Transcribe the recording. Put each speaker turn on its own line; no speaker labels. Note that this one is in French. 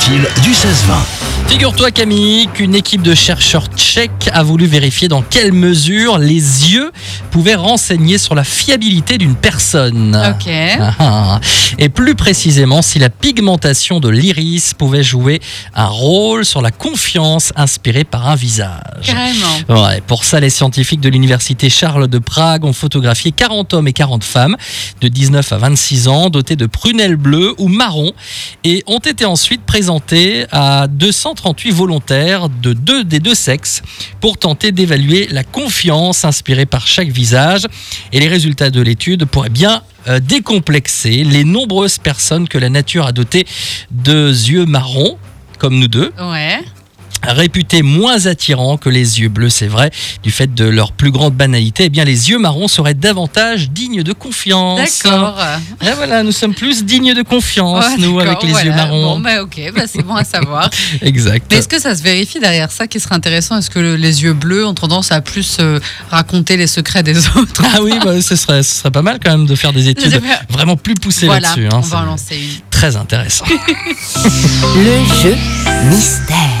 fil du 16-20.
Figure-toi Camille qu'une équipe de chercheurs tchèques a voulu vérifier dans quelle mesure les yeux pouvaient renseigner sur la fiabilité d'une personne.
Ok.
Ah, ah. Et plus précisément si la pigmentation de l'iris pouvait jouer un rôle sur la confiance inspirée par un visage.
Carrément.
Ouais, pour ça, les scientifiques de l'université Charles de Prague ont photographié 40 hommes et 40 femmes de 19 à 26 ans, dotés de prunelles bleues ou marron, et ont été ensuite présentés à 238 volontaires de deux des deux sexes pour tenter d'évaluer la confiance inspirée par chaque visage. Et les résultats de l'étude pourraient bien euh, décomplexer les nombreuses personnes que la nature a dotées de yeux marrons, comme nous deux
Ouais.
réputés moins attirants que les yeux bleus, c'est vrai, du fait de leur plus grande banalité, eh bien les yeux marrons seraient davantage dignes de confiance.
D'accord.
Et voilà, nous sommes plus dignes de confiance,
Ouais,
nous, avec
d'accord,
les
voilà.
yeux marrons.
Bon, bah, ok, bah, c'est bon à savoir.
Exact.
Mais est-ce que ça se vérifie derrière ça qui serait intéressant Est-ce que le- les yeux bleus ont tendance à plus euh, raconter les secrets des autres
Ah oui, bah, ce, serait, ce serait pas mal quand même de faire des études vraiment plus poussées hein.
Voilà,
là-dessus. hein,
on va en
c'est
lancer une.
très intéressant.
Le jeu mystère.